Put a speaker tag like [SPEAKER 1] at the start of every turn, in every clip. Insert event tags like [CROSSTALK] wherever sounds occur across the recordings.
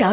[SPEAKER 1] 扰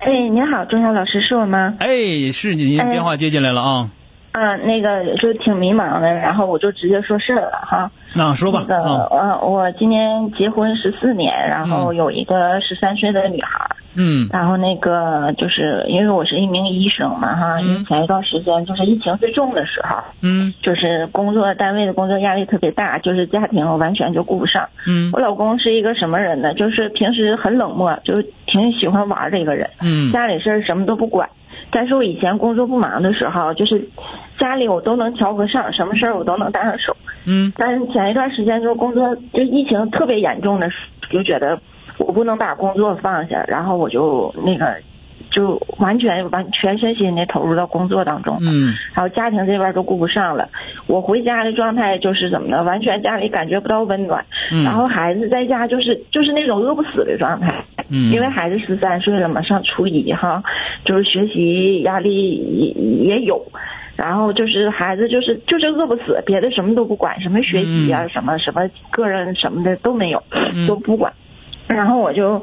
[SPEAKER 2] 哎，您好，钟晓老师，是我吗？
[SPEAKER 3] 哎，是您
[SPEAKER 2] 哎
[SPEAKER 3] 电话接进来了啊，
[SPEAKER 2] 啊，那个就挺迷茫的，然后我就直接说事儿了哈。
[SPEAKER 3] 那说吧
[SPEAKER 2] 那，个，
[SPEAKER 3] 啊，
[SPEAKER 2] 呃，我今年结婚十四年，然后有一个十三岁的女孩儿，
[SPEAKER 3] 嗯
[SPEAKER 2] 然后那个就是因为我是一名医生嘛哈，因为
[SPEAKER 3] 嗯
[SPEAKER 2] 前一段时间就是疫情最重的时候，
[SPEAKER 3] 嗯
[SPEAKER 2] 就是工作单位的工作压力特别大，就是家庭我完全就顾不上。
[SPEAKER 3] 嗯
[SPEAKER 2] 我老公是一个什么人呢？就是平时很冷漠，就是挺喜欢玩儿的一个人。
[SPEAKER 3] 嗯
[SPEAKER 2] 家里事儿什么都不管。但是我以前工作不忙的时候，就是家里我都能调和上，什么事儿我都能搭上手。
[SPEAKER 3] 嗯
[SPEAKER 2] 但是前一段时间就是工作，就疫情特别严重的时候，就觉得我不能把工作放下，然后我就那个就完全完全身心的投入到工作当中。
[SPEAKER 3] 嗯
[SPEAKER 2] 然后家庭这边都顾不上了，我回家的状态就是怎么呢？完全家里感觉不到温暖，
[SPEAKER 3] 嗯，
[SPEAKER 2] 然后孩子在家就是就是那种饿不死的状态。
[SPEAKER 3] 嗯
[SPEAKER 2] 因为孩子十三岁了嘛，上初一哈，就是学习压力也也有，然后就是孩子就是就是饿不死，别的什么都不管，什么学习啊，
[SPEAKER 3] 嗯
[SPEAKER 2] 什么什么个人什么的都没有，
[SPEAKER 3] 嗯
[SPEAKER 2] 都不管。然后我就，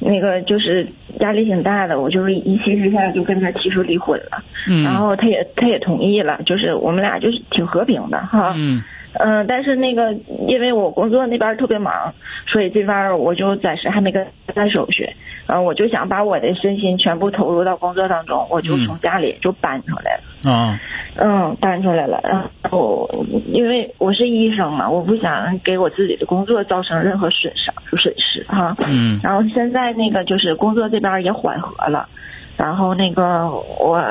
[SPEAKER 2] 那个就是压力挺大的，我就是一气之下就跟他提出离婚了，
[SPEAKER 3] 嗯
[SPEAKER 2] 然后他也他也同意了，就是我们俩就是挺和平的哈。
[SPEAKER 3] 嗯
[SPEAKER 2] 嗯、但是那个因为我工作那边儿特别忙，所以这边儿我就暂时还没跟他办手续。嗯、我就想把我的身心全部投入到工作当中，我就
[SPEAKER 3] 嗯
[SPEAKER 2] 从家里就搬出来了。
[SPEAKER 3] 啊
[SPEAKER 2] 嗯，搬出来了。然后因为我是医生嘛，我不想给我自己的工作造成任何损伤损失哈、
[SPEAKER 3] 嗯
[SPEAKER 2] 然后现在那个就是工作这边也缓和了，然后那个我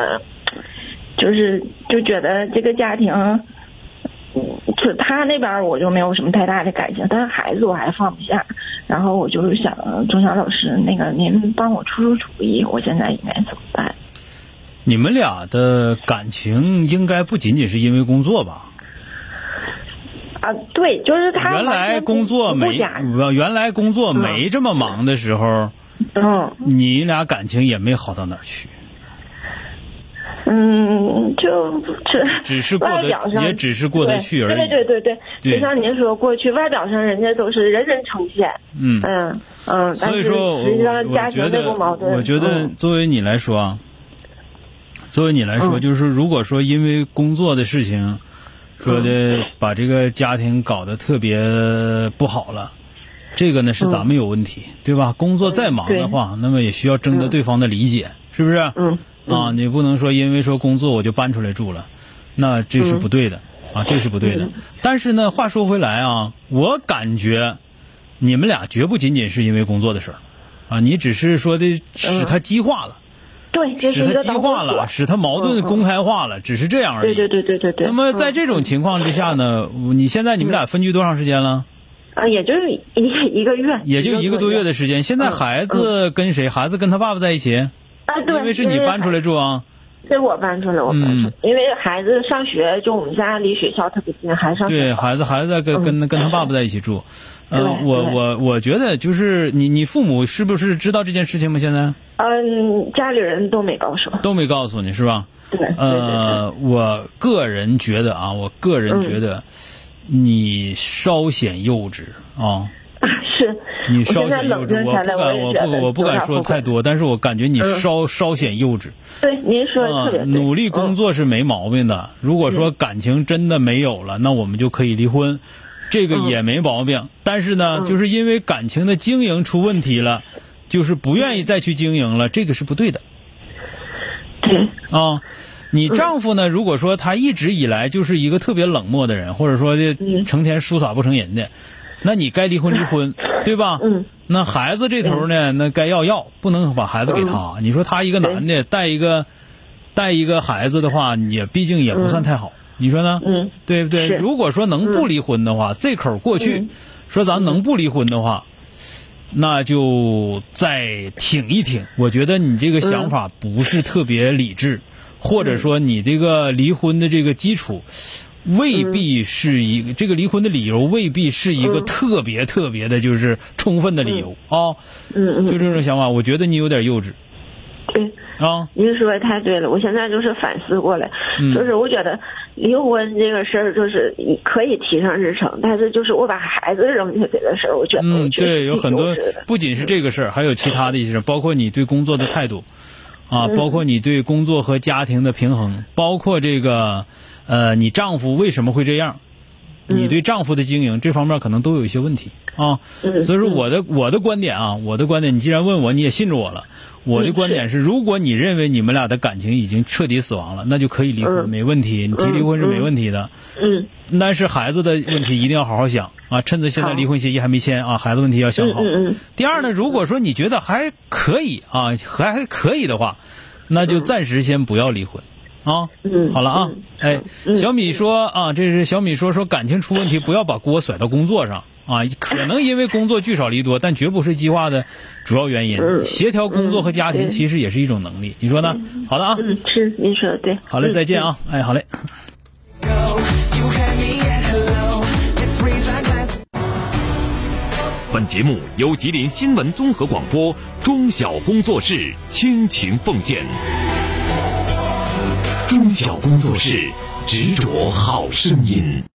[SPEAKER 2] 就是就觉得这个家庭，嗯就他那边我就没有什么太大的感情，但是孩子我还放不下。然后我就是想，钟晓老师，那个您帮我出出主意，我现在应该怎么办？
[SPEAKER 3] 你们俩的感情应该不仅仅是因为工作吧？
[SPEAKER 2] 啊，对，就是他
[SPEAKER 3] 原来工作
[SPEAKER 2] 不
[SPEAKER 3] 没
[SPEAKER 2] 假，
[SPEAKER 3] 不原来工作没这么忙的时候，
[SPEAKER 2] 嗯
[SPEAKER 3] 你俩感情也没好到哪儿去，
[SPEAKER 2] 嗯，就
[SPEAKER 3] [LAUGHS]
[SPEAKER 2] 这
[SPEAKER 3] 只是过
[SPEAKER 2] 外表
[SPEAKER 3] 得
[SPEAKER 2] 上
[SPEAKER 3] 也只是过得
[SPEAKER 2] 对
[SPEAKER 3] 去而已。
[SPEAKER 2] 对对对对，
[SPEAKER 3] 对
[SPEAKER 2] 就像您说，过去外表上人家都是人人称羡，
[SPEAKER 3] 嗯。
[SPEAKER 2] 嗯嗯，
[SPEAKER 3] 所以说，我
[SPEAKER 2] 但是实际
[SPEAKER 3] 我
[SPEAKER 2] 上
[SPEAKER 3] 我
[SPEAKER 2] 家
[SPEAKER 3] 觉
[SPEAKER 2] 庭内
[SPEAKER 3] 得
[SPEAKER 2] 部矛，盾，
[SPEAKER 3] 我觉得
[SPEAKER 2] 嗯
[SPEAKER 3] 作为你来说啊，作为你来说，
[SPEAKER 2] 嗯
[SPEAKER 3] 就是说，如果说因为工作的事情，说
[SPEAKER 2] 嗯
[SPEAKER 3] 的把这个家庭搞得特别不好了。这个呢是咱们有问题，
[SPEAKER 2] 嗯
[SPEAKER 3] 对吧？工作再忙的话，那么也需要征得对方的理解，是不是？
[SPEAKER 2] 嗯
[SPEAKER 3] 啊，你不能说因为说工作我就搬出来住了，那这是不对的、
[SPEAKER 2] 嗯
[SPEAKER 3] 啊，这是不对的。但是呢，话说回来啊，我感觉你们俩绝不仅仅是因为工作的事儿啊，你只是说的使它激化了，
[SPEAKER 2] 对，嗯这是
[SPEAKER 3] 使
[SPEAKER 2] 一
[SPEAKER 3] 它
[SPEAKER 2] 个
[SPEAKER 3] 激
[SPEAKER 2] 导
[SPEAKER 3] 化
[SPEAKER 2] 火索
[SPEAKER 3] 了，，使它矛盾公开化了，只是这样而
[SPEAKER 2] 嗯对
[SPEAKER 3] 已。
[SPEAKER 2] 对对对对对。
[SPEAKER 3] 那么在
[SPEAKER 2] 嗯
[SPEAKER 3] 这种情况之下呢，你现在你们俩分居多长时间了？
[SPEAKER 2] 啊，也就是一一个月，
[SPEAKER 3] 也就一个多月的时间。现在
[SPEAKER 2] 嗯
[SPEAKER 3] 孩子跟谁？孩子跟他爸爸在一起？
[SPEAKER 2] 啊，对，
[SPEAKER 3] 因为是你搬出
[SPEAKER 2] 来，
[SPEAKER 3] 来嗯住啊。
[SPEAKER 2] 是我搬出来，我搬出来，因为孩子上学，就我们家离学校特别近，还上学
[SPEAKER 3] 对啊孩子，孩子在跟跟他跟他爸爸在一起住。呃，
[SPEAKER 2] 嗯对
[SPEAKER 3] 我
[SPEAKER 2] 对
[SPEAKER 3] 我我觉得就是你你父母是不是知道这件事情吗？现在
[SPEAKER 2] 嗯，家里人都没告诉我，
[SPEAKER 3] 都没告诉你是吧？
[SPEAKER 2] 对对对对，嗯
[SPEAKER 3] 呃，我个人觉得啊，我个人觉得你稍显幼稚啊，
[SPEAKER 2] [LAUGHS] 是，
[SPEAKER 3] 你
[SPEAKER 2] 我
[SPEAKER 3] 稍
[SPEAKER 2] 现在
[SPEAKER 3] 显幼
[SPEAKER 2] 冷静
[SPEAKER 3] 稚。我
[SPEAKER 2] 下来，
[SPEAKER 3] 不敢，我
[SPEAKER 2] 也觉得
[SPEAKER 3] 不我不
[SPEAKER 2] 有点
[SPEAKER 3] 敢说
[SPEAKER 2] 后悔
[SPEAKER 3] 太。多，但是我感觉你
[SPEAKER 2] 嗯
[SPEAKER 3] 稍稍显幼稚。
[SPEAKER 2] 对，您说的特别
[SPEAKER 3] 啊，
[SPEAKER 2] 对，嗯
[SPEAKER 3] 努力工
[SPEAKER 2] 作，
[SPEAKER 3] 作是没毛病的。如果说感情真的没有了，那我们就可以离婚，这
[SPEAKER 2] 嗯
[SPEAKER 3] 个也没毛病。但是呢，就是因为感情的经营出问题了，就是不愿意再去经营了，这个是不对的
[SPEAKER 2] 哦对，
[SPEAKER 3] 啊。你丈夫呢？如果说他一直以来就是一个特别冷漠的人，或者说的
[SPEAKER 2] 嗯
[SPEAKER 3] 成天书洒不成人的，那你该离婚离
[SPEAKER 2] [LAUGHS]
[SPEAKER 3] 婚，对吧？
[SPEAKER 2] 嗯。
[SPEAKER 3] 那孩子这头呢，那该要要，不能把孩子
[SPEAKER 2] 嗯
[SPEAKER 3] 给他。你说他一个男的带一个带一个孩子的话，也毕竟也不算太好，你说呢？
[SPEAKER 2] 嗯，
[SPEAKER 3] 对不对？
[SPEAKER 2] 是
[SPEAKER 3] 如果说能不离婚的话，这口过去，
[SPEAKER 2] 嗯
[SPEAKER 3] 说咱能不离婚的话，那就再挺一挺。我觉得你这个想法不是特别理智，或者说你这个离婚的这个基础，未必是一个这个离婚的理由未必是一个特别特别的，就是充分的理由啊。
[SPEAKER 2] 嗯嗯，
[SPEAKER 3] 就这种想法，我觉得你有点幼稚
[SPEAKER 2] 对，
[SPEAKER 3] 啊。
[SPEAKER 2] 您说的太对了，我现在就是反思过来，
[SPEAKER 3] 嗯
[SPEAKER 2] 就是我觉得离婚这个事儿，就是可以提上日程，但是就是我把孩子扔下这个事儿，我觉得我
[SPEAKER 3] 嗯，
[SPEAKER 2] 觉得
[SPEAKER 3] 对，有很多
[SPEAKER 2] 挺幼稚的
[SPEAKER 3] 不仅是这个事儿，还有其他的一些事儿，包括你对工作的态度，啊，包
[SPEAKER 2] 嗯
[SPEAKER 3] 括你对工作和家庭的平衡，包括这个，呃，你丈夫为什么会这样，你对丈夫的经营这方面可能都有一些问题啊。
[SPEAKER 2] 嗯
[SPEAKER 3] 所以说我的我的观点啊，我的观点，你既然问我，你也信着我了。我的
[SPEAKER 2] 嗯
[SPEAKER 3] 观点是，如果你认为你们俩的感情已经彻底死亡了，那就可以离婚，
[SPEAKER 2] 嗯
[SPEAKER 3] 没问题，你提离婚是没问题的。
[SPEAKER 2] 嗯
[SPEAKER 3] 但是孩子的问题一定要好好想啊，趁着现在
[SPEAKER 2] 好
[SPEAKER 3] 离婚协议还没签啊，孩子问题要想
[SPEAKER 2] 嗯
[SPEAKER 3] 好。
[SPEAKER 2] 嗯嗯，
[SPEAKER 3] 第二呢，如果说你觉得还可以啊，还还可以的话，那就暂时先不要离婚啊。
[SPEAKER 2] 嗯
[SPEAKER 3] 好了啊，哎，小米说啊，这是小米说说感情出问题，不要把锅甩到工作上啊，可能因为工作聚少离多，但绝不是计划的主要原因。
[SPEAKER 2] 嗯
[SPEAKER 3] 协调工作和家庭
[SPEAKER 2] 嗯
[SPEAKER 3] 其实也是一种能力，你说呢？好的啊，
[SPEAKER 2] 嗯，是您说的对。嗯
[SPEAKER 3] 好嘞，再见啊，哎，好嘞。
[SPEAKER 4] You had me at hello. Let's raise our glass.
[SPEAKER 5] 本节目由吉林新闻综合广播中小工作室倾情奉献。中小工作室执着好声音。